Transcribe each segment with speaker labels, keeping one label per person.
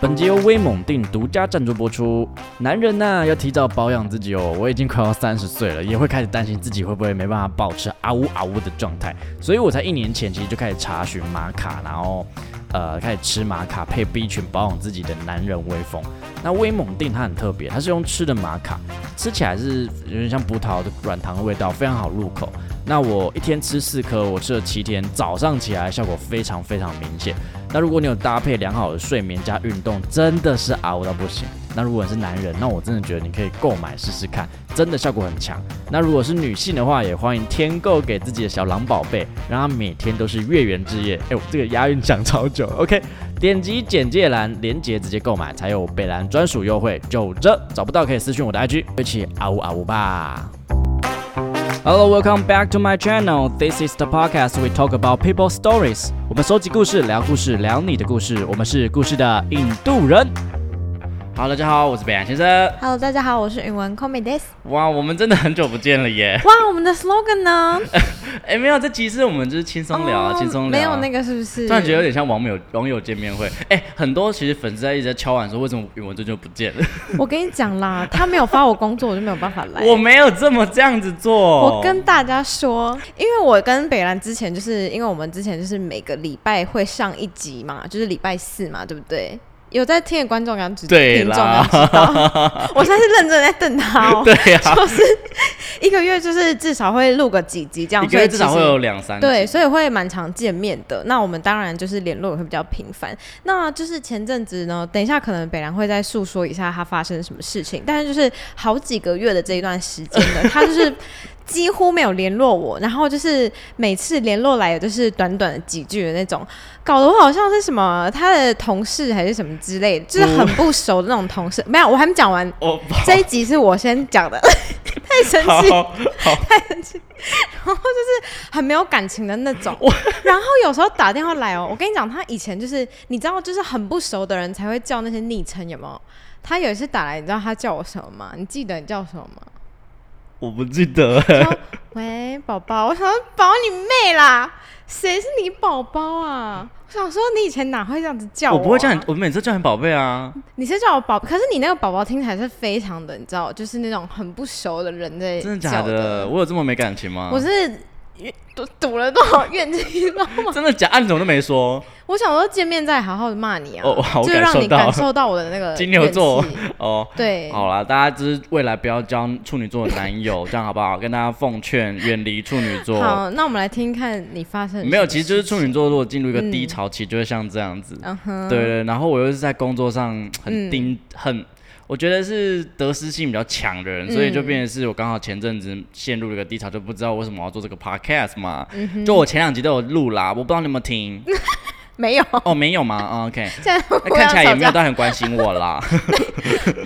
Speaker 1: 本集由威猛定独家赞助播出。男人呐、要提早保养自己哦。我已经快要三十岁了，也会开始担心自己会不会没办法保持啊呜啊呜的状态，所以我才一年前其实就开始查询玛卡，然后呃开始吃玛卡配 B 群保养自己的男人威风。那威猛定它很特别，它是用吃的玛卡，吃起来是有点像葡萄的软糖的味道，非常好入口。那我一天吃四颗，我吃了七天，早上起来效果非常非常明显。那如果你有搭配良好的睡眠加运动，真的是熬到不行。那如果你是男人，那我真的觉得你可以购买试试看，真的效果很强。那如果是女性的话，也欢迎添购给自己的小狼宝贝，让她每天都是月圆之夜。哎，我这个押韵讲超久。OK，点 击简介栏连接直接购买，才有北兰专属优惠九折。找不到可以私讯我的 IG，一起啊呜啊呜吧。Hello, welcome back to my channel. This is the podcast we talk about people stories. 我们收集故事，聊故事，聊你的故事。我们是故事的印度人。好，大家好，我是北岸先生。
Speaker 2: Hello，大家好，我是允文 c o m i d e s
Speaker 1: 哇，我们真的很久不见了耶！
Speaker 2: 哇，我们的 slogan 呢？ 哦
Speaker 1: 哎，没有，这集是我们就是轻松聊，啊，轻松聊。
Speaker 2: 没有那
Speaker 1: 个，
Speaker 2: 个是不是？
Speaker 1: 突然觉得有点像网友网友见面会。哎，很多其实粉丝在一直在敲碗说，为什么语文最近不见了？
Speaker 2: 我跟你讲啦，他没有发我工作，我就没有办法来。
Speaker 1: 我没有这么这样子做。
Speaker 2: 哎我跟大家说，因为我跟北兰之前就是因为我们之前就是每个礼拜会上一集嘛，就是礼拜四嘛，对不对？有在听的观众感知，
Speaker 1: 对
Speaker 2: 听众感
Speaker 1: 啦
Speaker 2: 知 道，我现在是认真地在等他哦。
Speaker 1: 对啊呀，
Speaker 2: 就是一个月就是至少会录个几集这 样，
Speaker 1: 一个月至少
Speaker 2: 所以
Speaker 1: 会
Speaker 2: 其实
Speaker 1: 有两三集。
Speaker 2: 对，所以会蛮常见面的。那我们当然就是联络也会比较频繁。那就是前阵子呢，等一下可能北兰会再诉说一下他发生什么事情，但是就是好几个月的这一段时间呢，他就是。几乎没有联络我，然后就是每次联络来也就是短短的几句的那种，搞得我好像是什么他的同事还是什么之类的，就是很不熟的那种同事。没有，我还没讲完，
Speaker 1: 我
Speaker 2: 这一集是我先讲的， 太生
Speaker 1: 哦好
Speaker 2: 气了。
Speaker 1: 好
Speaker 2: 很没有感情的那 种。然后有时候打电话来哦，我跟你讲，他以前就是你知道，就是很不熟的人才会叫那些昵称，有没有？他有一次打来，你知道他叫我什么吗？你记得你叫什么 吗？
Speaker 1: 我不记得。
Speaker 2: 说喂，宝宝，我想说宝你妹啦，谁是你宝宝啊？我想说你以前哪会这样子叫
Speaker 1: 我
Speaker 2: 啊
Speaker 1: 不会叫你，我每次都叫你宝贝啊。
Speaker 2: 你是叫我宝，可是你那个宝宝听起来是非常的，你知道，就是那种很不熟的人在
Speaker 1: 真的假
Speaker 2: 叫
Speaker 1: 的？？我有这么没感情吗？
Speaker 2: 我是赌赌了多少怨气，你知道吗？
Speaker 1: 真的假？啊，你怎么都没说？
Speaker 2: 我想说见面再好好的骂你啊，
Speaker 1: 哦好
Speaker 2: 就
Speaker 1: 我感
Speaker 2: 让
Speaker 1: 受
Speaker 2: 你
Speaker 1: 到
Speaker 2: 感受到我的那 个
Speaker 1: 金牛座
Speaker 2: 怨气
Speaker 1: 哦，
Speaker 2: 对，
Speaker 1: 好啦，大家就是未来不要交处女座的男友，这样好不好？跟大家奉劝远离处女座。
Speaker 2: 好，那我们来听听看你发生了
Speaker 1: 没有，
Speaker 2: 什么
Speaker 1: 其实就是
Speaker 2: 事
Speaker 1: 处女座如果进入一个低潮期，就会像这样子。
Speaker 2: 嗯哼，
Speaker 1: 对对，然后我又是在工作上很
Speaker 2: 嗯
Speaker 1: 盯、很。我觉得是得失心比较强的人，所以就
Speaker 2: 嗯
Speaker 1: 变成是我刚好前阵子陷入了一个低潮，就不知道为什么我要做这个 podcast 嘛。
Speaker 2: 嗯
Speaker 1: 就我前两集都有录啦，我不知道你有没有听。
Speaker 2: 没有，
Speaker 1: 哦，没有吗、哦、？OK，
Speaker 2: 现在
Speaker 1: 那看起来也没有
Speaker 2: 到。
Speaker 1: 到很关心我啦。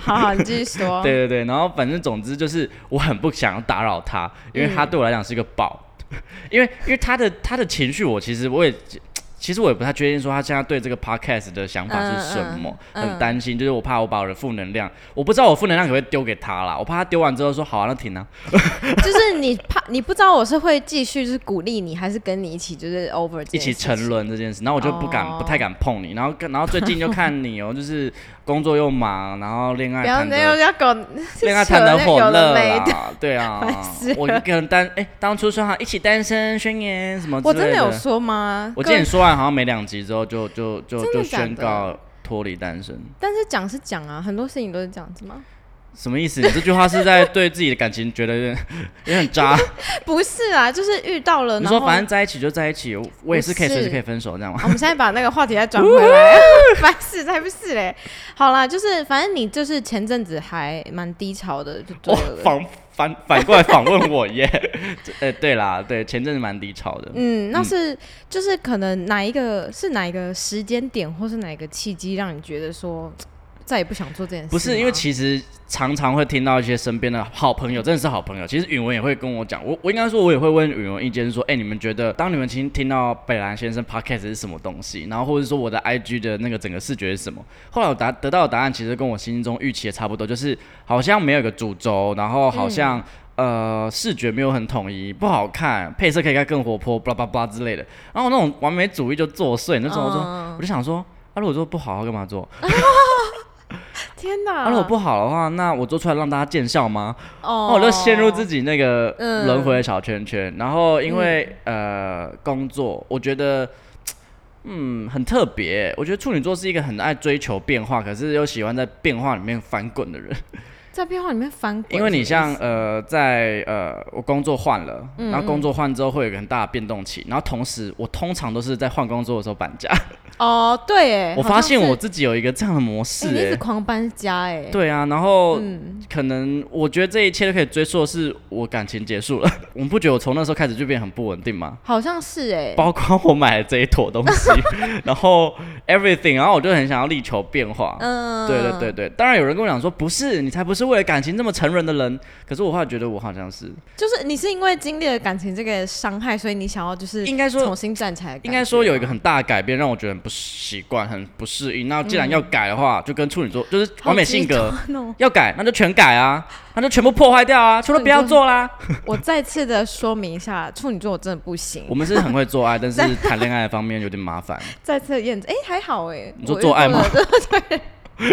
Speaker 2: 好好，你继续说。
Speaker 1: 对对对，然后反正总之就是我很不想要打扰他，因为他对我来讲是一个宝， 因为因为他的他的情绪，我其实我也。其实我也不太确定，说他现在对这个 podcast 的想法是什么，
Speaker 2: 嗯嗯嗯
Speaker 1: 很担心，就是我怕我把我的负能量，我不知道我负能量可不可以丢给他啦，我怕他丢完之后说好啊，那停啊，
Speaker 2: 就是你怕你不知道我是会继续就是鼓励你，还是跟你一起就是 over
Speaker 1: 一
Speaker 2: 这件
Speaker 1: 起
Speaker 2: 事情
Speaker 1: 沉沦这件事，然后我就不敢、
Speaker 2: 哦
Speaker 1: 不太敢碰你，然后然后最近就看你哦，就是工作又忙，然后恋爱
Speaker 2: 不要
Speaker 1: 谈
Speaker 2: 那
Speaker 1: 得
Speaker 2: 样要搞，
Speaker 1: 恋爱
Speaker 2: 扯
Speaker 1: 谈得
Speaker 2: 那
Speaker 1: 火
Speaker 2: 有
Speaker 1: 热
Speaker 2: 的没的。
Speaker 1: 啦，对啊
Speaker 2: 烦死，
Speaker 1: 我一个人单哎、当初说好一起单身宣言什么之
Speaker 2: 我
Speaker 1: 类
Speaker 2: 真的有说吗？
Speaker 1: 我
Speaker 2: 各
Speaker 1: 记
Speaker 2: 位
Speaker 1: 得你说完好像没两集之后就就就
Speaker 2: 真的
Speaker 1: 就
Speaker 2: 假的
Speaker 1: 宣告脱离单身，
Speaker 2: 但是讲是讲啊，很多事情都是这样子吗？
Speaker 1: 什么意思？你这句话是在对自己的感情觉得有点有点渣？
Speaker 2: 不是啊，就是遇到了，
Speaker 1: 你
Speaker 2: 然
Speaker 1: 说
Speaker 2: 后
Speaker 1: 反正在一起就在一起，我我也是可以
Speaker 2: 不是
Speaker 1: 随时可以分手这样吗？
Speaker 2: 我们现在把那个话题再转回来， 烦死，才不是嘞。好啦，就是反正你就是前阵子还蛮低潮的，就对
Speaker 1: 我
Speaker 2: 了。
Speaker 1: 反反反过来访问我耶， 这呃对啦，对前阵子蛮低潮的，
Speaker 2: 嗯，那是、就是可能哪一个是哪一个时间点，或是哪一个契机，让你觉得说再也不想做这件事吗？
Speaker 1: 不是因为其实常常会听到一些身边的好朋友，真的是好朋友。其实允文也会跟我讲，我我应该说，我也会问允文意见，说，哎、你们觉得当你们听听到北兰先生 podcast 是什么东西，然后或者说我的 IG 的那个整个视觉是什么？后来我答得到的答案，其实跟我心中预期的差不多，就是好像没有一个主轴，然后好像、呃，视觉没有很统一，不好看，配
Speaker 2: 哦
Speaker 1: 色可以再更活泼，巴拉巴拉之类的。然后那种完美主义就作祟，那时候我说，我就想说，啊，如果做不好，要干嘛做？
Speaker 2: 天哪！
Speaker 1: 啊，如果不好的话，那我做出来让大家见笑吗？
Speaker 2: 哦
Speaker 1: 那我就陷入自己那个
Speaker 2: 嗯
Speaker 1: 轮回的小圈圈。然后因为、呃工作，我觉得嗯很特别。我觉得处女座是一个很爱追求变化，可是又喜欢在变化里面翻滚的 人。
Speaker 2: 在变化里面翻滚，
Speaker 1: 因为你像呃在呃我工作换了，
Speaker 2: 嗯
Speaker 1: 然后工作换之后会有一个很大的变动期，然后同时我通常都是在换工作的时候搬家。
Speaker 2: 哦，对，哎
Speaker 1: 我发现
Speaker 2: 好像
Speaker 1: 我
Speaker 2: 是
Speaker 1: 自己有一个这样的模式、
Speaker 2: 哎你一
Speaker 1: 欸
Speaker 2: 直狂搬家，哎，
Speaker 1: 对啊，然后
Speaker 2: 嗯
Speaker 1: 可能我觉得这一切都可以追溯的是我感情结束 了。我们不觉得我从那时候开始就变很不稳定吗？
Speaker 2: 好像是哎，
Speaker 1: 包括我买了这一坨东 西，然后 everything，然后我就很想要力求变化。
Speaker 2: 嗯，
Speaker 1: 对对对，对，当然有人跟我讲说不是，你才不是为了感情这么成人的人。可是我后来觉得我好像是，
Speaker 2: 就是你是因为经历了感情这个伤害，所以你想要就是
Speaker 1: 应该说
Speaker 2: 重新站起来的感觉啊
Speaker 1: 应
Speaker 2: 吗，
Speaker 1: 该说有一个很大的改变让我觉得很不习惯，很不适应。那既然要改的话，就跟处女座就是
Speaker 2: 嗯好
Speaker 1: 完美
Speaker 2: 极
Speaker 1: 性格
Speaker 2: 端哦
Speaker 1: 要改，那就全改啊，那就全部破坏掉啊，全部不要做啦。
Speaker 2: 我再次的说明一下，处女座我真的不
Speaker 1: 我
Speaker 2: 行。
Speaker 1: 们是很会做爱，但是谈恋爱方面有点麻烦。
Speaker 2: 再次验证，哎、还好哎、
Speaker 1: 你说
Speaker 2: 我遇
Speaker 1: 做爱
Speaker 2: 过
Speaker 1: 吗
Speaker 2: 的？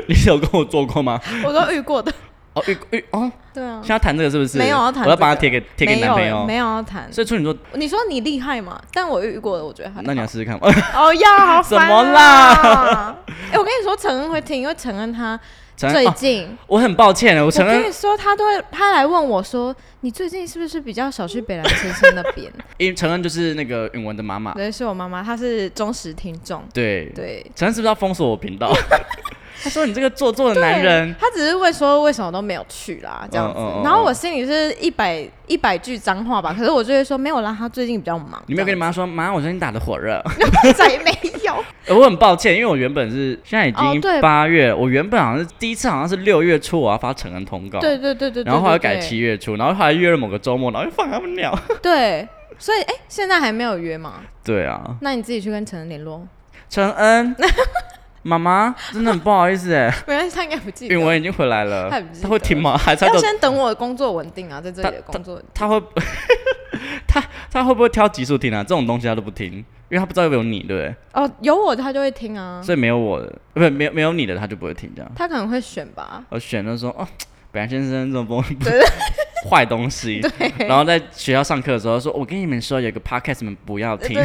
Speaker 1: 你有跟我做过吗？
Speaker 2: 我都遇过的。
Speaker 1: 哦，遇遇哦，
Speaker 2: 对啊
Speaker 1: 现，在谈这个是不是？
Speaker 2: 没有啊要谈
Speaker 1: 我要把它
Speaker 2: 这
Speaker 1: 贴给贴给你男朋友
Speaker 2: 没有。没有要谈。
Speaker 1: 所以处女座，
Speaker 2: 你说你厉害吗？但我遇过的，我觉得还好
Speaker 1: 那你要试试 看吗？
Speaker 2: 哦呀，好烦、啊、
Speaker 1: 怎么啦？
Speaker 2: 哎、我跟你说，陈恩会听，因为陈恩他
Speaker 1: 承认
Speaker 2: 最
Speaker 1: 哦，
Speaker 2: 近，
Speaker 1: 我很抱歉，我
Speaker 2: 我
Speaker 1: 承
Speaker 2: 跟
Speaker 1: 认
Speaker 2: 你，说，他都会他来问我说，你最近是不是比较少去北兰先生那 边？
Speaker 1: 因承认就是那个允文的妈妈。
Speaker 2: 对，是我妈妈，她是忠实听众。
Speaker 1: 对，
Speaker 2: 对，
Speaker 1: 承认是不是要封锁我 频道？他说你这个做作的男人，
Speaker 2: 他只是会说为什么都没有去啦，这样
Speaker 1: 嗯
Speaker 2: 子。
Speaker 1: 嗯嗯嗯嗯
Speaker 2: 然后我心里是一百一百句脏话吧，可是我就会说没有啦，他最近比较忙。
Speaker 1: 你没有跟你
Speaker 2: 你
Speaker 1: 妈说，妈，我最近打的火热。
Speaker 2: 妈再没有？
Speaker 1: 呃我很抱歉，因为我原本是现在已
Speaker 2: 哦对
Speaker 1: 经八月，我原本好像是第一次好像是六月初我要发成人通告，
Speaker 2: 对对对对对。
Speaker 1: 然后后来
Speaker 2: 对
Speaker 1: 改七。月初，然后后来约了某个周末，然后又放他们鸟。
Speaker 2: 对，所以哎、现在还没有约嘛？
Speaker 1: 对啊，
Speaker 2: 那你自己去跟陈恩联络。
Speaker 1: 陈恩，妈妈，真的很不好意思哎，
Speaker 2: 没关系，他应该不记
Speaker 1: 允
Speaker 2: 得。
Speaker 1: 文已经回来了
Speaker 2: 他也不记，得
Speaker 1: 他会听吗？还是他
Speaker 2: 要
Speaker 1: 都
Speaker 2: 先等我的工作稳定啊，在这里的工作稳定。
Speaker 1: 他会他他会不会挑集数听啊？这种东西他都不听，因为他不知道有没有你，对不对？
Speaker 2: 哦，有我他就会听啊，
Speaker 1: 所以没有我的，不是没有没有你的，他就不会听这样。
Speaker 2: 他可能会选吧。
Speaker 1: 我选了说哦，本来先生这种东西 坏东西，然后在学校上课的时候说，我跟你们说有一个 podcast 你们不要听，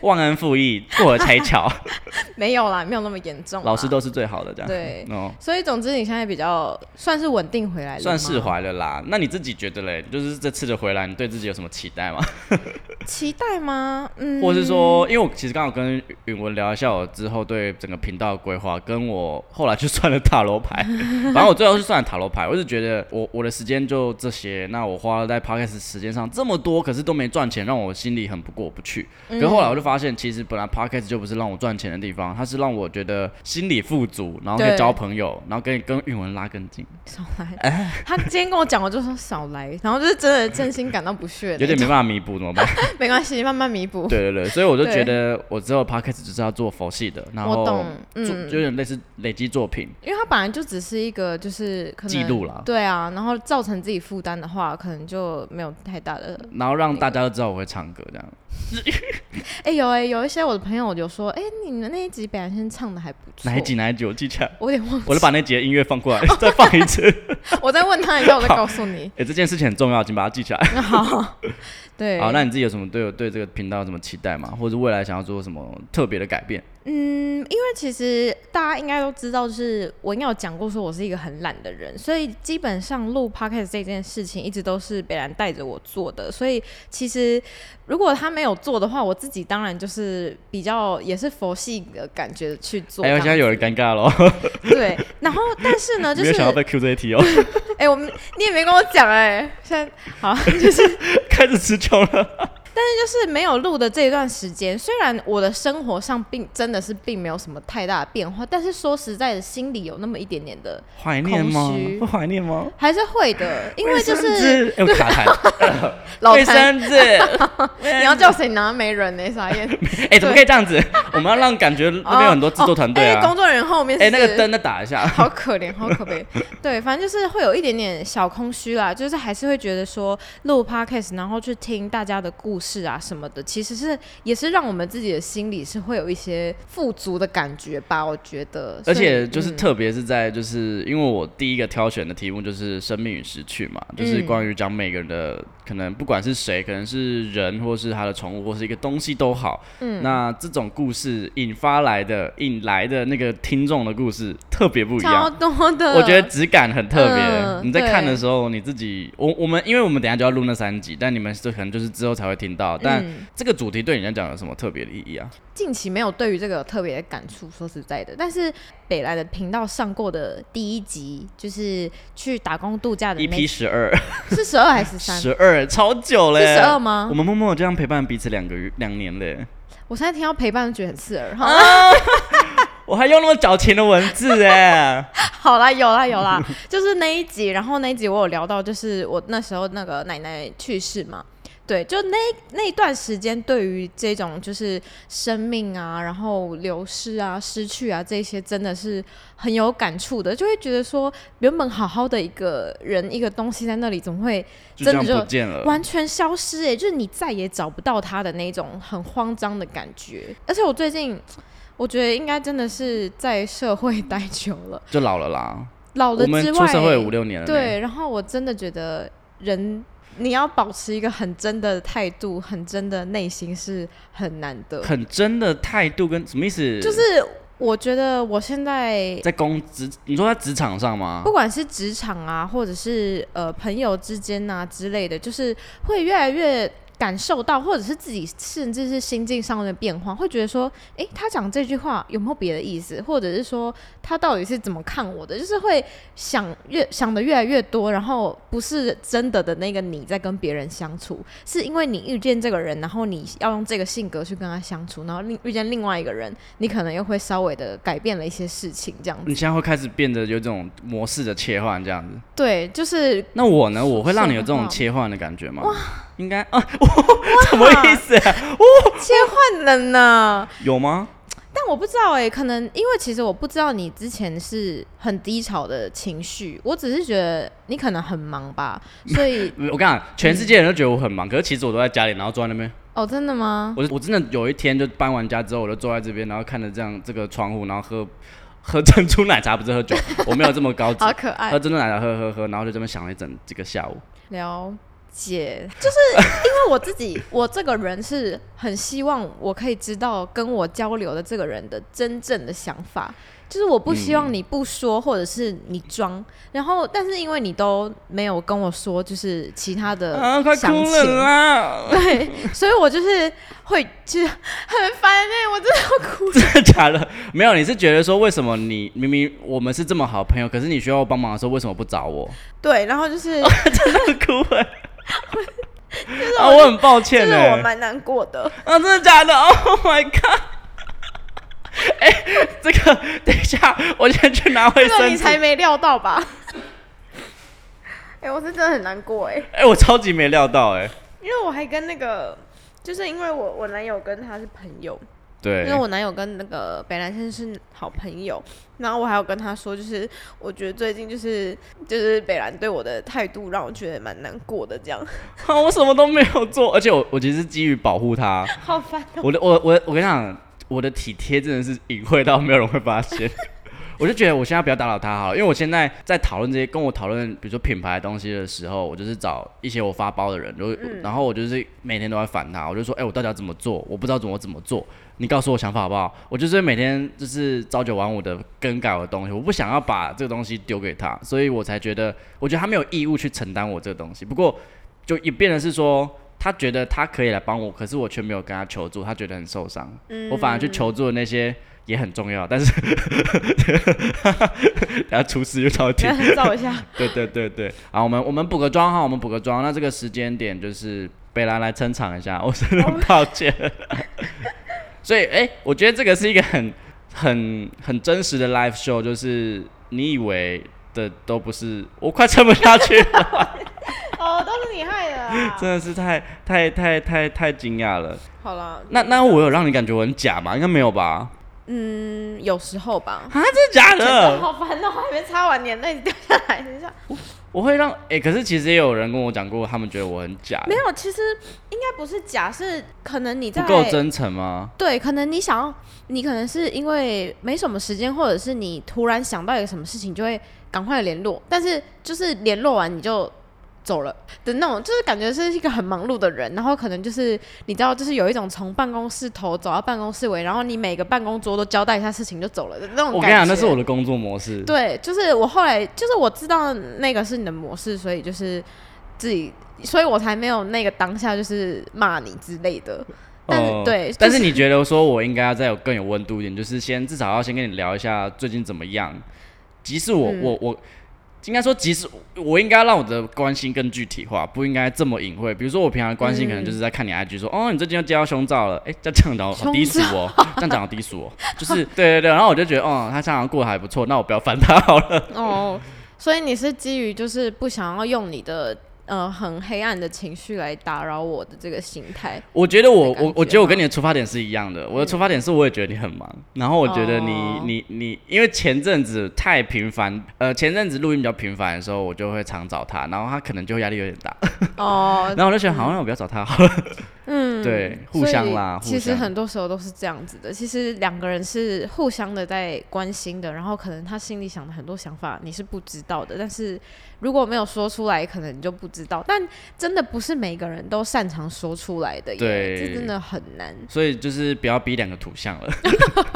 Speaker 1: 忘恩负义，过河拆桥，
Speaker 2: 没有啦，没有那么严重啦。
Speaker 1: 老师都是最好的这样。
Speaker 2: 对。
Speaker 1: 哦，
Speaker 2: 所以总之，你现在比较算是稳定回来了吗，
Speaker 1: 算释怀了啦。那你自己觉得嘞？就是这次的回来，你对自己有什么期待吗？
Speaker 2: 期待吗？嗯，
Speaker 1: 或者是说，因为我其实刚好跟允文聊一下我之后对整个频道的规划，跟我后来去算了塔罗 牌，反正我最后是算了塔罗牌，我是觉得我我的时间就这些，那我花了在 podcast 时间上这么多，可是都没赚钱，让我心里很不过不去。
Speaker 2: 嗯
Speaker 1: 可是后来我就发现，其实本来 podcast 就不是让我赚钱的地方，它是让我觉得心里富足，然后可
Speaker 2: 对
Speaker 1: 以交朋友，然后跟跟允文拉更近，
Speaker 2: 少来。
Speaker 1: 哎
Speaker 2: 他今天跟我讲，我就说少来，然后就是真的真心感到不屑的
Speaker 1: 有
Speaker 2: 那
Speaker 1: 点
Speaker 2: 种，
Speaker 1: 没办法弥补，怎么办？
Speaker 2: 没关系，慢慢弥补。
Speaker 1: 对对对，所以我就
Speaker 2: 对
Speaker 1: 觉得我之后 podcast 就是要做佛系的，然后
Speaker 2: 我懂
Speaker 1: 做
Speaker 2: 嗯
Speaker 1: 就有点类似累积作品。
Speaker 2: 因为他本来就只是一个就是可能
Speaker 1: 记录啦
Speaker 2: 对啊，然后造成自己负担的话，可能就没有太大的。
Speaker 1: 然后让大家都知道我会唱歌，这样
Speaker 2: 哎、有哎、有一些我的朋友有说，哎、你们那一集北兰先唱的还不错，
Speaker 1: 哪一集？哪一集我记起来，
Speaker 2: 我有点忘记，
Speaker 1: 我就把那集的音乐放过 来，再放一次。 欸
Speaker 2: 我再问他一下，我再告诉你。
Speaker 1: 哎、这件事情很重要，请把它记起来。
Speaker 2: 好，对，
Speaker 1: 好，那你自己有什么对我对这个频道有什么期待吗？或者未来想要做什么特别的改变？
Speaker 2: 嗯，因为其实大家应该都知道，就是我应该有讲过，说我是一个很懒的人，所以基本上录 podcast 这件事情一直都是北兰带着我做的。所以其实如果他没有做的话，我自己当然就是比较也是佛系的感觉去做
Speaker 1: 哎
Speaker 2: 这
Speaker 1: 呦，
Speaker 2: 样
Speaker 1: 现在
Speaker 2: 子。
Speaker 1: 有人尴尬了，
Speaker 2: 对，然后但是 呢，就
Speaker 1: 没有
Speaker 2: 是
Speaker 1: 想到被 Q 这一题哦，
Speaker 2: 哎、我们你也没跟我讲哎、现在好 就是
Speaker 1: 开始吃球了。
Speaker 2: 就是没有录的这一段时间，虽然我的生活上并真的是并没有什么太大的变化，但是说实在的，心里有那么一点点的。
Speaker 1: 怀念吗
Speaker 2: 空虚？
Speaker 1: 会怀念吗？
Speaker 2: 还是会 的，因为就
Speaker 1: 卫生
Speaker 2: 是
Speaker 1: 纸哎，我卡痰。
Speaker 2: 老
Speaker 1: 卫
Speaker 2: 谭，
Speaker 1: 生纸，
Speaker 2: 你要叫谁拿没人呢？傻眼，
Speaker 1: 哎，怎么可以这样子？我们要让感觉 那边有很多制作团队
Speaker 2: 哎，工
Speaker 1: 啊。
Speaker 2: 作人员后面
Speaker 1: 哎，
Speaker 2: 是
Speaker 1: 那个灯再打一下。
Speaker 2: 好可怜，好可 悲。对，反正就是会有一点点小空虚啦，就是还是会觉得说录 podcast，然后去听大家的故式啊什么的，其实是也是让我们自己的心里是会有一些富足的感觉吧，我觉得。
Speaker 1: 而
Speaker 2: 所以嗯
Speaker 1: 且就是特别是在就是因为我第一个挑选的题目就是生命与失去嘛，就是关于讲每个人的可能不管是谁，可能是人或是他的宠物或是一个东西都好，嗯，那这种故事引发来的引来的那个听众的故事特别不一
Speaker 2: 超
Speaker 1: 样。
Speaker 2: 多 的，
Speaker 1: 我觉得质感很特别、
Speaker 2: 嗯
Speaker 1: 你在看
Speaker 2: 对
Speaker 1: 的时候，你自己，我我们，因为我们等一下就要录那三集，但你们这可能就是之后才会听到。但
Speaker 2: 嗯
Speaker 1: 这个主题对你来讲有什么特别的意义啊？
Speaker 2: 近期没有对于这个有特别的感触，说实在的，但是北来的频道上过的第一集就是去打工度假的
Speaker 1: 一
Speaker 2: 那
Speaker 1: E p 十二，
Speaker 2: 是 E 十二还是三？是
Speaker 1: 十二超久嘞，
Speaker 2: 十二吗
Speaker 1: 我？们默默这样陪伴彼此两个月两年嘞，
Speaker 2: 我现在听到陪伴觉得很刺耳。好
Speaker 1: 我还用那么矫情的文字 哎，
Speaker 2: 好啦，有啦，有啦， 就是那一集，然后那一集我有聊到，就是我那时候那个奶奶去世嘛，对，就那那一段时间，对于这种就是生命啊，然后流失啊、失去啊这些，真的是很有感触的，就会觉得说，原本好好的一个人、一个东西在那里，怎么会
Speaker 1: 就这
Speaker 2: 真
Speaker 1: 样
Speaker 2: 的就
Speaker 1: 不见了。
Speaker 2: 完全消失、欸，就是你再也找不到他的那种很慌张的感觉。而且我最近，我觉得应该真的是在社会 待久了，
Speaker 1: 就老了啦，
Speaker 2: 老了
Speaker 1: 我们
Speaker 2: 之
Speaker 1: 出
Speaker 2: 外，
Speaker 1: 社会五六年了，，
Speaker 2: 对，然后我真的觉得人你要保持一个很真的态度，很真的内心是很难的。
Speaker 1: 很真的态度跟什么意思？
Speaker 2: 就是我觉得我现在
Speaker 1: 在工职，你说在职场上吗
Speaker 2: 不？管是职场啊，或者是呃朋友之间啊之类的，就是会越来越感受到，或者是自己甚至是心境上的变化，会觉得说，诶，他讲这句话有没有别的意思，或者是说他到底是怎么看我的，就是会想越想的越来越多，然后不是真的的那个你在跟别人相处，是因为你遇见这个人，然后你要用这个性格去跟他相处，然后另遇见另外一个人，你可能又会稍微的改变了一些事情，这样
Speaker 1: 你
Speaker 2: 子。
Speaker 1: 现在会开始变得有这种模式的切换这样子。
Speaker 2: 对，就是
Speaker 1: 那我呢？我会让你有这
Speaker 2: 什么
Speaker 1: 种
Speaker 2: 话
Speaker 1: 切换的感觉吗？应该啊， 我什么意思啊？
Speaker 2: 切换了呢，
Speaker 1: 有吗？
Speaker 2: 但我不知道哎、可能因为其实我不知道你之前是很低潮的情绪，我只是觉得你可能很 忙吧，所以
Speaker 1: 我跟你讲，全世界人都觉得我很忙，可是其实我都在家里，然后坐在那边。
Speaker 2: 哦，真 的吗？
Speaker 1: 我我真的有一天就搬完家之后，我就坐在这边，然后看着这样这个窗户，然后喝 喝珍珠奶茶，不是喝酒， 我没有这么高级
Speaker 2: 好，可爱
Speaker 1: 喝，珍珠奶茶喝喝喝，然后就这么想了一整这个下午。
Speaker 2: 了解，就是因为我自己，我这个人是很希望我可以知道跟我交流的这个人的真正的想法，就是我不希
Speaker 1: 嗯
Speaker 2: 望你不说，或者是你装，然后但是因为你都没有跟我说，就是其他的
Speaker 1: 啊，快
Speaker 2: 详
Speaker 1: 哭
Speaker 2: 情
Speaker 1: 了啊啦！
Speaker 2: 对，所以我就是会其实很烦哎、我真的要哭。
Speaker 1: 真的 假的？没有，你是觉得说为什么你明明我们是这么好朋友，可是你需要我帮忙的时候为什么不找 我？
Speaker 2: 对，然后 就是
Speaker 1: 哭了。啊，我很抱
Speaker 2: 就
Speaker 1: 歉
Speaker 2: 是
Speaker 1: 呢、
Speaker 2: 我蛮难过的。
Speaker 1: 啊，真的假的？Oh my god！哎、这个等一下，我先去拿卫
Speaker 2: 这个
Speaker 1: 生
Speaker 2: 你
Speaker 1: 纸。
Speaker 2: 才没料到 吧？哎、我是真的很难过哎、
Speaker 1: 哎、我超级没料到哎、
Speaker 2: 因为我还跟那个，就是因为我我男友跟他是朋友，
Speaker 1: 对，
Speaker 2: 因为我男友跟那个北兰先生是好朋友，然后我还有跟他说，就是我觉得最近就是就是北兰对我的态度让我觉得蛮难过的，这样
Speaker 1: 啊，我什么都没有做，而且我我其实是基于保护他，
Speaker 2: 好 烦哦、
Speaker 1: 我的我我我跟你讲，我的体贴真的是隐晦到没有人会发现。 我就觉得我现在不要打扰他好了，因为我现在在讨论这些跟我讨论，比如说品牌的东西的时候，我就是找一些我发包的人，然后、然后我就是每天都在烦他，我就说，哎、我到底要怎么做？我不知道怎么怎么做，你告诉我想法好不好？我就是每天就是朝九晚五的更改我的东西，我不想要把这个东西丢给他，所以我才觉得，我觉得他没有义务去承担我这个东西。不过就也变成是说，他觉得他可以来帮我，可是我却没有跟他求助，他觉得很受伤。我反而去求助的那些也很重要，但是 等下厨师就到底。
Speaker 2: 照一下。
Speaker 1: 对对对对，好，我们我们补个妆哈，我们补个妆。那这个时间点就是北兰来撑场一下，我真的很抱歉。 所以，哎、我觉得这个是一个很很很真实的 live show，就是你以为的都不是，我快撑不下去了。
Speaker 2: 哦，都是你害的啊！
Speaker 1: 真的是太太太太太惊讶了。
Speaker 2: 好了，
Speaker 1: 那那我有让你感觉我很假吗？应该没有吧？
Speaker 2: 嗯，有时候吧。
Speaker 1: 啊，真的假
Speaker 2: 真的
Speaker 1: 的？
Speaker 2: 好烦哦，还没擦完，眼泪掉下来，等一下。
Speaker 1: 我我会让哎、可是其实也有人跟我讲过，他们觉得我很假，
Speaker 2: 没有，其实应该不是假，是可能你在
Speaker 1: 不够真诚吗？
Speaker 2: 对，可能你想要，你可能是因为没什么时间，或者是你突然想到一个什么事情，就会赶快联络，但是就是联络完你就走了的那种，就是感觉是一个很忙碌的人，然后可能就是你知道，就是有一种从办公室头走到办公室尾，然后你每个办公桌都交代一下事情就走了的那种感觉。
Speaker 1: 我跟你讲，那是我的工作模式。
Speaker 2: 对，就是我后来就是我知道那个是你的模式，所以就是自己，所以我才没有那个当下就是骂你之类的。但是
Speaker 1: 哦
Speaker 2: 对
Speaker 1: 但
Speaker 2: 就是
Speaker 1: 你觉得说我应该要再有更有温度一点，就是先至少要先跟你聊一下最近怎么样。即使
Speaker 2: 嗯
Speaker 1: 我、我我应该说，即使我应该让我的关心更具体化，不应该这么隐晦。比如说我平常的关心可能就是在看你 IG 说，
Speaker 2: 嗯
Speaker 1: 哦，你最近又接到胸罩了，哎、这这样讲好低俗哦，这样讲好低俗哦，就是对对对。然后我就觉得，哦，他这样过得还不错，那我不要烦他好了。
Speaker 2: 哦，所以你是基于就是不想要用你的呃很黑暗的情绪来打扰我的这个心态。
Speaker 1: 我觉得我
Speaker 2: 的感
Speaker 1: 我我
Speaker 2: 觉
Speaker 1: 觉得我
Speaker 2: 吗嗯
Speaker 1: 跟你的出发点是一样的，我的出发点是我也觉得你很忙，然后我觉得你、
Speaker 2: 哦
Speaker 1: 你你，因为前阵子太频繁，呃，前阵子录音比较频繁的时候，我就会常找他，然后他可能就会压力有点大，
Speaker 2: 哦，
Speaker 1: 然后我就觉得好像我不要找他好了，
Speaker 2: 嗯，
Speaker 1: 对，互
Speaker 2: 所以
Speaker 1: 相啦，互
Speaker 2: 其实
Speaker 1: 相
Speaker 2: 很多时候都是这样子的。其实两个人是互相的在关心的，然后可能他心里想的很多想法你是不知道的，但是如果没有说出来，可能你就不知道。但真的不是每个人都擅长说出来的耶，
Speaker 1: 对
Speaker 2: 这真的很难。
Speaker 1: 所以就是不要逼两个图像了，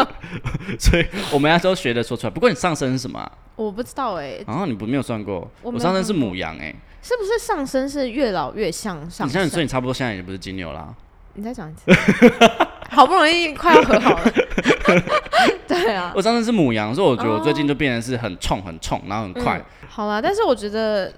Speaker 1: 所以我们那时候学的说出来。不过你上身是什么、啊？
Speaker 2: 我不知道哎、
Speaker 1: 然后你不没有算过，
Speaker 2: 我
Speaker 1: 我
Speaker 2: 没有
Speaker 1: 上身是
Speaker 2: 算过
Speaker 1: 母羊哎、
Speaker 2: 是不是上升是越老越向上
Speaker 1: 你像你
Speaker 2: 升？啊
Speaker 1: 说你差不多现在也不是金牛啦，
Speaker 2: 你再讲一次，好不容易快要和好了，对啊，
Speaker 1: 我上身是母羊，所以我觉得我最
Speaker 2: 哦
Speaker 1: 近就变得是很冲很冲，然后很快。
Speaker 2: 好啦，但是我觉得，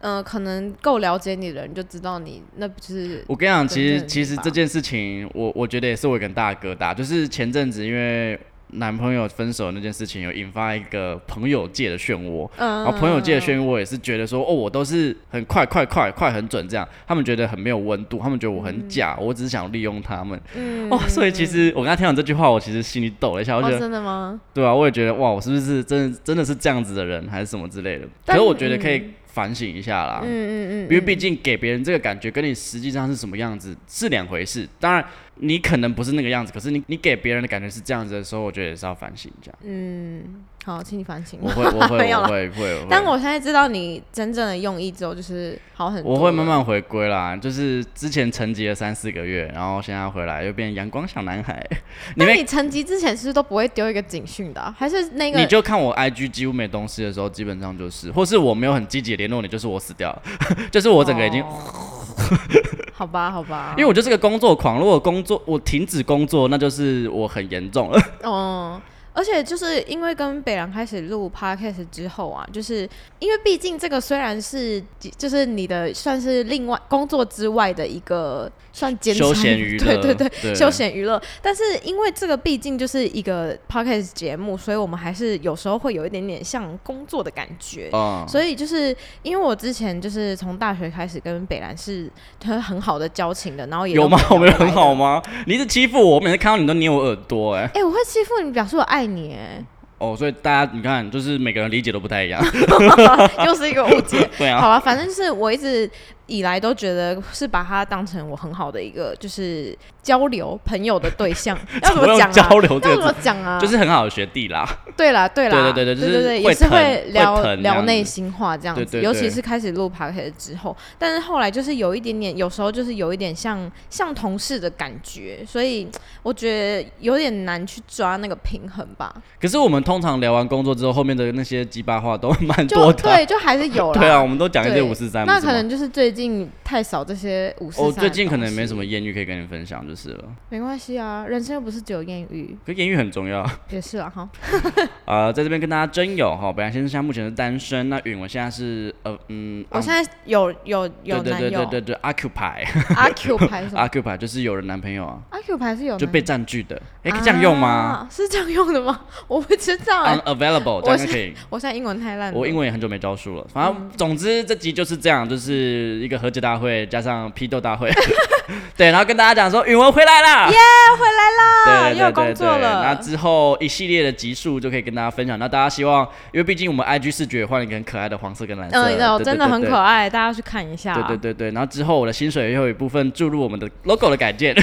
Speaker 2: 嗯、可能够了解你的人就知道你那不是
Speaker 1: 我跟你讲，其
Speaker 2: 真
Speaker 1: 实
Speaker 2: 正
Speaker 1: 其实
Speaker 2: 吧
Speaker 1: 这件事情，我我觉得也是我一个很大的疙瘩，就是前阵子因为男朋友分手那件事情，有引发一个朋友界的漩涡。然
Speaker 2: 嗯，
Speaker 1: 后朋友界的漩涡也是觉得说，哦，我都是很快快快快很准这样，他们觉得很没有温度，他们觉得我很假，
Speaker 2: 嗯
Speaker 1: 我只是想利用他们。哦，所以其实我刚才听到这句话，我其实心里抖了一下，我觉
Speaker 2: 哦，
Speaker 1: 得、
Speaker 2: 真的吗？
Speaker 1: 对啊，我也觉得哇，我是不是真的真的是这样子的人，还是什么之类的？可是
Speaker 2: 但
Speaker 1: 我觉得可以
Speaker 2: 嗯
Speaker 1: 反省一下啦。
Speaker 2: 嗯嗯
Speaker 1: 因为毕竟给别人这个感觉，跟你实际上是什么样子是两回事。当然，你可能不是那个样子，可是你你给别人的感觉是这样子的时候，我觉得也是要反省一下。
Speaker 2: 嗯，好，请你反省
Speaker 1: 我。会，我会，
Speaker 2: 没有
Speaker 1: 我
Speaker 2: 啦
Speaker 1: 会，会，会
Speaker 2: 但我现在知道你真正的用意之后，就是好很多。
Speaker 1: 我会慢。慢回归啦。就是之前沉寂了三四个月，然后现在回来又变阳光小男 孩。你
Speaker 2: 那
Speaker 1: 们
Speaker 2: 你成绩之前是不是都不会丢一个警讯的啊、还是那个？
Speaker 1: 你就看我 IG 几乎没东西的时候，基本上就是，或是我没有很积极地联络你，就是我死掉了， 就是我整个已经
Speaker 2: 哦好吧，好吧，
Speaker 1: 因为我就是个工作狂，如果工作我停止工作，那就是我很严重了。
Speaker 2: 嗯，而且就是因为跟北兰开始录 podcast 之后啊，就是因为毕竟这个虽然是就是你的算是另外工作之外的一个算兼差
Speaker 1: 休闲娱乐，
Speaker 2: 对对对，
Speaker 1: 对
Speaker 2: 休闲娱乐。但是因为这个毕竟就是一个 podcast 节目，所以我们还是有时候会有一点点像工作的感觉。
Speaker 1: 嗯，
Speaker 2: 所以就是因为我之前就是从大学开始跟北兰是很很好的交情的，然后也
Speaker 1: 有吗？我
Speaker 2: 们
Speaker 1: 们有很好吗？你一直欺负我，我每次看到你都捏我耳朵、哎，
Speaker 2: 哎、我会欺负你，表示我爱你哎、
Speaker 1: 哦，所以大家你看，就是每个人理解都不太一 样，
Speaker 2: 又是一个误解。
Speaker 1: 对
Speaker 2: 好
Speaker 1: 啊，
Speaker 2: 啊，反正就是我一直以来都觉得是把他当成我很好的一个就是交流朋友的 对象，要怎
Speaker 1: 我
Speaker 2: 么讲
Speaker 1: 用
Speaker 2: 啊？
Speaker 1: 交流
Speaker 2: 要
Speaker 1: 这
Speaker 2: 怎
Speaker 1: 个
Speaker 2: 么
Speaker 1: 字，
Speaker 2: 讲啊？
Speaker 1: 就是很好的学弟啦，
Speaker 2: 对啦，对啦，
Speaker 1: 对对对
Speaker 2: 对
Speaker 1: 对就是
Speaker 2: 对，
Speaker 1: 会
Speaker 2: 也是
Speaker 1: 疼
Speaker 2: 会
Speaker 1: 会
Speaker 2: 聊
Speaker 1: 疼这样
Speaker 2: 聊
Speaker 1: 子
Speaker 2: 内心话这样子，
Speaker 1: 对对对
Speaker 2: 尤其是开始录 podcast 之后，但是后来就是有一点点，有时候就是有一点像像同事的感觉，所以我觉得有点难去抓那个平衡吧。
Speaker 1: 可是我们通常聊完工作之后，后面的那些鸡巴话都蛮
Speaker 2: 就
Speaker 1: 多的啊，
Speaker 2: 对，就还是有 啦。
Speaker 1: 对啊，我们都讲一些
Speaker 2: 对
Speaker 1: 五四三，
Speaker 2: 那
Speaker 1: 不是
Speaker 2: 可
Speaker 1: 吗
Speaker 2: 能就是最近太少这些五四三。
Speaker 1: 我哦最近可能没什么，艳遇可以跟你分享，就是了。
Speaker 2: 没关系啊，人生又不是只有艳遇，
Speaker 1: 可艳遇很重要，
Speaker 2: 也是啊哈。
Speaker 1: 呃，在这边跟大家真友哈，本来先生现在目前是单身，那允文现在是呃嗯，
Speaker 2: 我现在有有有
Speaker 1: 对对
Speaker 2: 男
Speaker 1: 对对
Speaker 2: 友
Speaker 1: 对对，occupy 啊
Speaker 2: 阿 Q 牌什么？
Speaker 1: occupy 就是有了男朋友啊，
Speaker 2: 阿 Q 牌是有
Speaker 1: 就
Speaker 2: 男
Speaker 1: 被占据的，哎，可以这样用吗啊
Speaker 2: 啊？是这样用的吗？ 我不知道哎、
Speaker 1: ？Unavailable 这
Speaker 2: 我
Speaker 1: 样
Speaker 2: 嗯
Speaker 1: 就可以。
Speaker 2: 我现在英文太烂了。
Speaker 1: 我英文也很久没教书了，反正总之这集就是这样，就是一个和解大会加上批斗大 会，对，然后跟大家讲说允文回来啦，耶、回来啦，对
Speaker 2: 又
Speaker 1: 对对
Speaker 2: 有工作
Speaker 1: 对
Speaker 2: 了
Speaker 1: 那之后一系列的集数就可以跟大家分享。那大家希望，因为毕竟我们 IG 视觉换了一个很可爱的黄色跟蓝色，
Speaker 2: 嗯，然后
Speaker 1: 对
Speaker 2: 真的很可。
Speaker 1: 对对对
Speaker 2: 爱，大家去看一下。啊
Speaker 1: 对对对对，然后之后我的薪水也有一部分注入我们的 logo 的改建，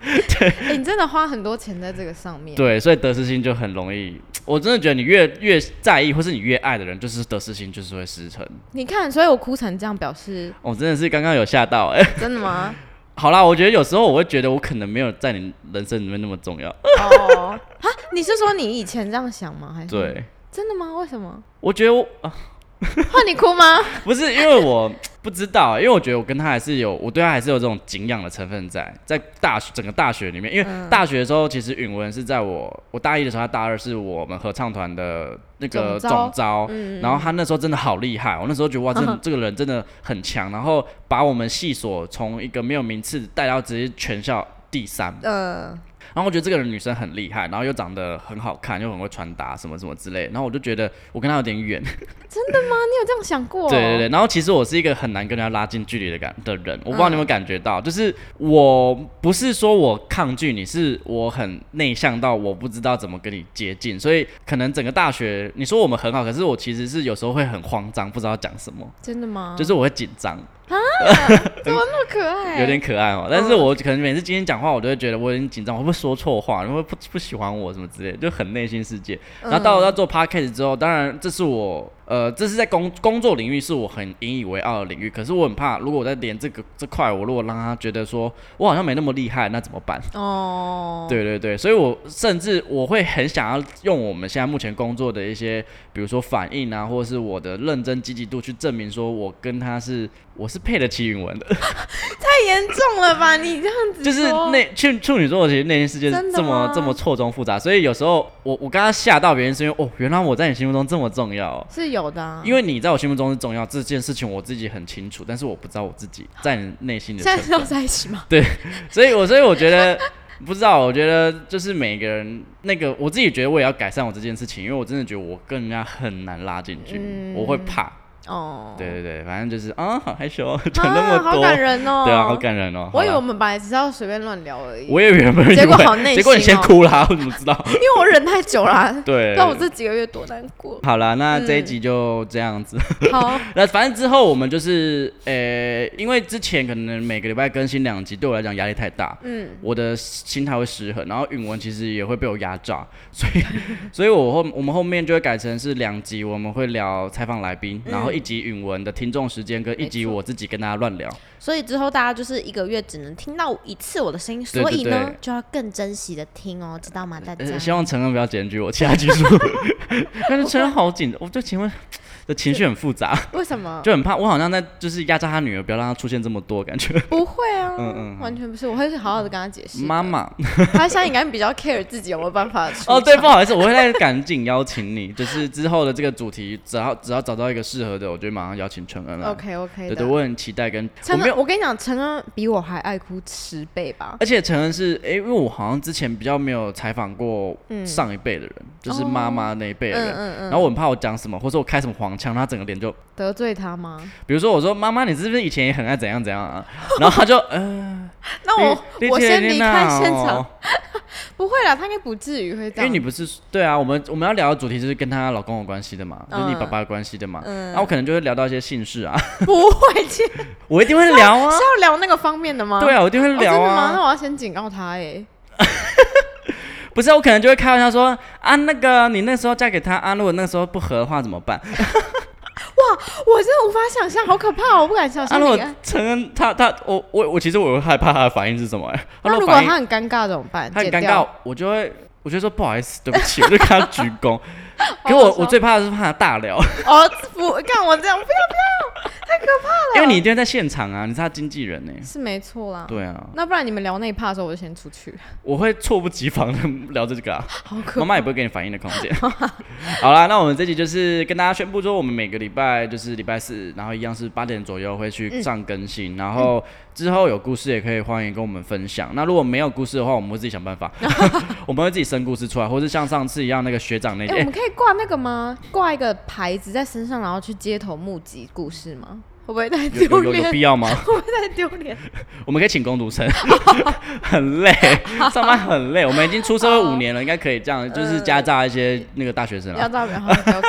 Speaker 2: 哎，你真的花很多钱在这个上面。
Speaker 1: 对，所以得失心就很容易。我真的觉得你越越在意，或是你越爱的人，就是得失心就是会失衡。
Speaker 2: 你看，所以我哭成这样，表示
Speaker 1: 我、真的是刚刚有吓到哎、
Speaker 2: 真的吗？
Speaker 1: 好啦，我觉得有时候我会觉得我可能没有在你人生里面那么重要。
Speaker 2: 哦，啊，你是说你以前这样想吗？还是，
Speaker 1: 对，
Speaker 2: 真的吗？为什么？
Speaker 1: 我觉得我、啊、
Speaker 2: 换你哭吗？
Speaker 1: 不是因为我 不知道，因为我觉得我跟他还是有，我对他还是有这种敬仰的成分在，在大学整个大学里面，因
Speaker 2: 嗯
Speaker 1: 为大学的时候其实允文是在我我大一的时候，他大二是我们合唱团的那个
Speaker 2: 总招嗯
Speaker 1: 总招，然后他那时候真的好厉害，我那时候觉得 哇，这这个人真的很强，然后把我们系所从一个没有名次带到直接全校第三，
Speaker 2: 呃，
Speaker 1: 然后我觉得这个人女生很厉害，然后又长得很好看，又很会穿搭什么什么之类，然后我就觉得我跟她有点远。
Speaker 2: 你有这样想过？
Speaker 1: 对对对，然后其实我是一个很难跟人家拉近距离的感的人，我不知道你有没有感觉到，就是我不是说我抗拒你，是我很内向到我不知道怎么跟你接近，所以可能整个大学你说我们很好，可是我其实是有时候会很慌张，不知道讲什么，
Speaker 2: 真的吗？
Speaker 1: 就是我会紧张，
Speaker 2: 怎么那么可爱？
Speaker 1: 有点可爱哦、但是我可能每次今天讲话，我都会觉得我有点紧张，我会不会说错话，会不会不不喜欢我什么之类的，就很内心世界。然后到了要做 podcast 之后，当然这是我呃，这是在工工作领域是我很引以为傲的领域，可是我很怕，如果我在连这个这块，我如果让他觉得说我好像没那么厉害，那怎么办？
Speaker 2: 哦，
Speaker 1: 对对对，所以我甚至我会很想要用我们现在目前工作的一些，比如说反应啊，或者是我的认真积极度去证明说我跟他是我是配得起允文的。
Speaker 2: 太严重了吧？你这样子
Speaker 1: 就是
Speaker 2: 说
Speaker 1: 内处处女座，其实内心世界
Speaker 2: 真
Speaker 1: 是
Speaker 2: 的
Speaker 1: 这么
Speaker 2: 吗
Speaker 1: 这么错综复杂，所以有时候我我刚刚吓到别人是因为哦，原来我在你心目中这么重要哦、
Speaker 2: 是有的啊，
Speaker 1: 因为你在我心目中是重要这件事情，我自己很清楚，但是我不知道我自己在你内心的
Speaker 2: 现在
Speaker 1: 成
Speaker 2: 是要在一起吗？
Speaker 1: 所以我所以我觉得不知道，我觉得就是每个人那个我自己觉得我也要改善我这件事情，因为我真的觉得我跟人家很难拉近距离，
Speaker 2: 嗯
Speaker 1: 我会怕。
Speaker 2: 哦，
Speaker 1: 对对对，反正就是啊，好害羞哦，讲那
Speaker 2: 啊，
Speaker 1: 么
Speaker 2: 好
Speaker 1: 多，
Speaker 2: 感人哦，
Speaker 1: 对啊，好感人哦。
Speaker 2: 我以为
Speaker 1: 好
Speaker 2: 我
Speaker 1: 啦
Speaker 2: 们本来只是要随便乱聊而已，
Speaker 1: 我也原本以为，
Speaker 2: 结果好内
Speaker 1: 结果你
Speaker 2: 心
Speaker 1: 先
Speaker 2: 哦
Speaker 1: 哭啦，我怎么知道？
Speaker 2: 因为我忍太久 啦，
Speaker 1: 对，
Speaker 2: 那我这几个月多难 过。
Speaker 1: 好了，那这一集就这样 子。
Speaker 2: 好，
Speaker 1: 那反正之后我们就是，呃、因为之前可能每个礼拜更新两集，对我来讲压力太大，
Speaker 2: 嗯，
Speaker 1: 我的心态会失衡，然后语文其实也会被我压榨，所以， 所以我后我们后面就会改成是两集，我们会聊采访来宾，然后一集语文的听众时间跟一集
Speaker 2: 嗯没错
Speaker 1: 我自己跟大家乱聊。
Speaker 2: 所以之后大家就是一个月只能听到一次我的声音，
Speaker 1: 对
Speaker 2: 所以
Speaker 1: 对
Speaker 2: 呢
Speaker 1: 对
Speaker 2: 就要更珍惜的听哦，知道吗，大家？
Speaker 1: 呃希望陈恩不要检举我其他技术， 但是陈恩好紧，我就请问，这情绪很复杂，
Speaker 2: 为什么？
Speaker 1: 就很怕我好像在就是压榨他女儿，不要让她出现这么多感觉。
Speaker 2: 不会啊，
Speaker 1: 嗯嗯
Speaker 2: 完全不是，我会好好的跟他解释。
Speaker 1: 妈，妈，
Speaker 2: 他现在应该比较 care 自己有没有办法出
Speaker 1: 哦，对，
Speaker 2: 场
Speaker 1: 不好意思，我会再赶紧邀请你，就是之后的这个主题，只要只要找到一个适合的，我就马上邀请陈恩了。
Speaker 2: ？OK OK
Speaker 1: 对
Speaker 2: 的。
Speaker 1: 对，我很期待跟我
Speaker 2: 陈
Speaker 1: 没
Speaker 2: 恩，
Speaker 1: 有，
Speaker 2: 我跟你讲，陈恩比我还爱哭十倍吧。
Speaker 1: 而且陈恩是，哎、因为我好像之前比较没有采访过上一辈的人，就是妈妈那一辈的
Speaker 2: 嗯
Speaker 1: 人。
Speaker 2: 嗯嗯，
Speaker 1: 然后我很怕我讲什么，或者我开什么黄腔，他整个脸就，
Speaker 2: 得罪他吗？
Speaker 1: 比如说我说妈妈，你是不是以前也很爱怎样怎样啊？然后他就，呃，
Speaker 2: 那我
Speaker 1: 你
Speaker 2: 哦我先
Speaker 1: 你
Speaker 2: 离开现，
Speaker 1: 前天
Speaker 2: 场
Speaker 1: 啊，
Speaker 2: 不会啦，他应该不至于会
Speaker 1: 因
Speaker 2: 这
Speaker 1: 为
Speaker 2: 样。
Speaker 1: 你不是对啊，我们我们要聊的主题就是跟她老公有关系的嘛，就是你
Speaker 2: 嗯
Speaker 1: 爸爸有关系的嘛。那、我可能就会聊到一些姓氏啊，
Speaker 2: 不会去是
Speaker 1: 我一定会聊 啊，
Speaker 2: 要聊那个方面的吗？
Speaker 1: 对啊，我一定会
Speaker 2: 哦，
Speaker 1: 聊
Speaker 2: 真的吗？
Speaker 1: 啊。
Speaker 2: 那我要先警告他哎。
Speaker 1: 不是啊，我可能就会开玩笑说啊，那个你那时候嫁给他啊，如果那时候不合的话怎么办？
Speaker 2: 哦我真的无法想象，好可怕哦、我不敢想
Speaker 1: 啊，
Speaker 2: 象
Speaker 1: 如
Speaker 2: 你
Speaker 1: 果
Speaker 2: 啊、
Speaker 1: 承认他他我我我其实我会害怕他的反应是什么、欸？
Speaker 2: 那如
Speaker 1: 如
Speaker 2: 果
Speaker 1: 果反应
Speaker 2: 他很尴尬怎么办？
Speaker 1: 他很
Speaker 2: 剪
Speaker 1: 尴
Speaker 2: 掉
Speaker 1: 尬，我就会我就会说不好意思，对不起，我就跟他鞠躬。 可我我最怕的是怕他大聊，
Speaker 2: 哦，不，干我这样不要
Speaker 1: 因为你一定会在现场啊，你是他经纪人呢、
Speaker 2: 是没错啦。
Speaker 1: 对啊，
Speaker 2: 那不然你们聊那一趴的时候，我就先出去，
Speaker 1: 我会猝不及防的聊这个啊。
Speaker 2: 好可
Speaker 1: 妈
Speaker 2: 怕。
Speaker 1: 妈也不会给你反应的空间。 好啦，那我们这集就是跟大家宣布说，我们每个礼拜就是礼拜四，然后一样是八点左右会去上更新，然后之后有故事也可以欢迎跟我们分享。那如果没有故事的话，我们会自己想办 法，我们会自己生故事出来，或是像上次一样那个学长那
Speaker 2: 哎、
Speaker 1: 集。
Speaker 2: 我
Speaker 1: 哎
Speaker 2: 们可以挂那个吗？挂一个牌子在身上，然后去街头募集故事吗？不会太
Speaker 1: 哎有
Speaker 2: 丢
Speaker 1: 有有有
Speaker 2: 脸？
Speaker 1: 必要吗？
Speaker 2: 会不会太丢脸？
Speaker 1: 我们可以请工读 生，很累，上班很累。我们已经出社会五年了，应该可以这样，就是加榨一些那个大学生
Speaker 2: 呃要
Speaker 1: 了。
Speaker 2: 照表，好，OK，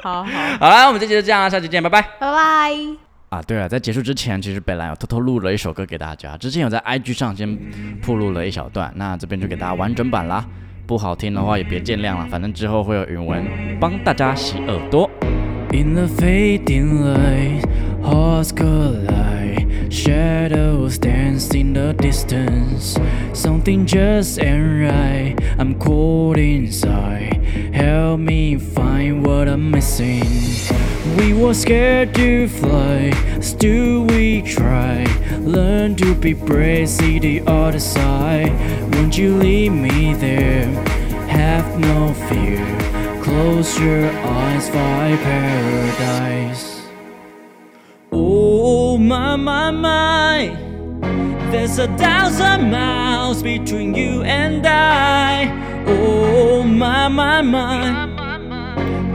Speaker 2: 好好，
Speaker 1: 好啦，我们这期就这样啦，啊下期见，拜拜。
Speaker 2: 拜拜。
Speaker 3: 啊，对了，在结束之前，其实北兰有偷偷录了一首歌给大家，之前有在 IG 上先铺录了一小段，那这边就给大家完整版啦。不好听的话也别见谅了，反正之后会有允文帮大家洗耳朵。
Speaker 4: In the fading light, hearts collide. Shadows dance in the distance. Something just ain't right. I'm caught inside. Help me find what I'm missing. We were scared to fly, still we try. Learn to be brave, see the other side. Won't you leave me there? Have no fear. Close your eyes for paradise. Oh my my my. There's a thousand miles between you and I. Oh my my my.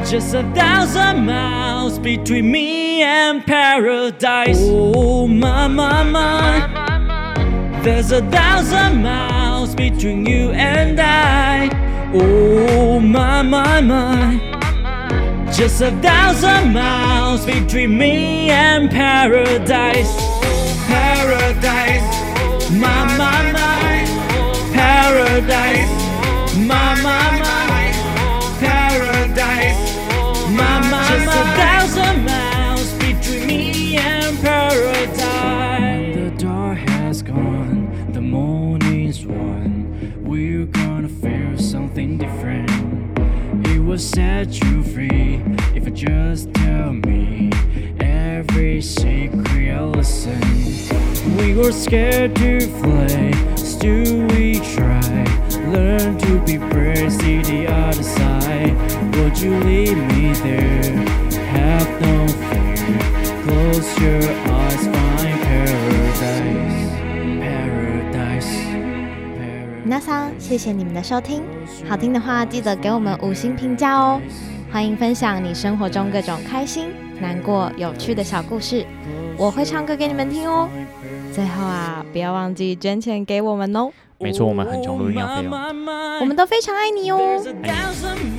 Speaker 4: Just a thousand miles between me and paradise. Oh my my my. There's a thousand miles between you and I. Oh my my my. Just a thousand miles between me and paradise. Paradise. My my my. Paradise. My my my. Paradise. My my my. Just a thousand miles between me and paradise. The dark has gone. The morning's won. We're gonna feel something different. It will set you free if you just tell me every secret. I listen. We were scared to fly, still we try. Learn to be brave, see the other side. Would you leave me there? Have no fear. Close your eyes, find paradise. Paradise.
Speaker 5: 那桑，谢谢你们的收听，好听的话记得给我们五星评价哦。欢迎分享你生活中各种开心、难过、有趣的小故事，我会唱歌给你们听哦。最后啊，不要忘记捐钱给我们哦，
Speaker 3: 没错，我们很穷，录音要费用。
Speaker 5: 我们都非常爱你哦。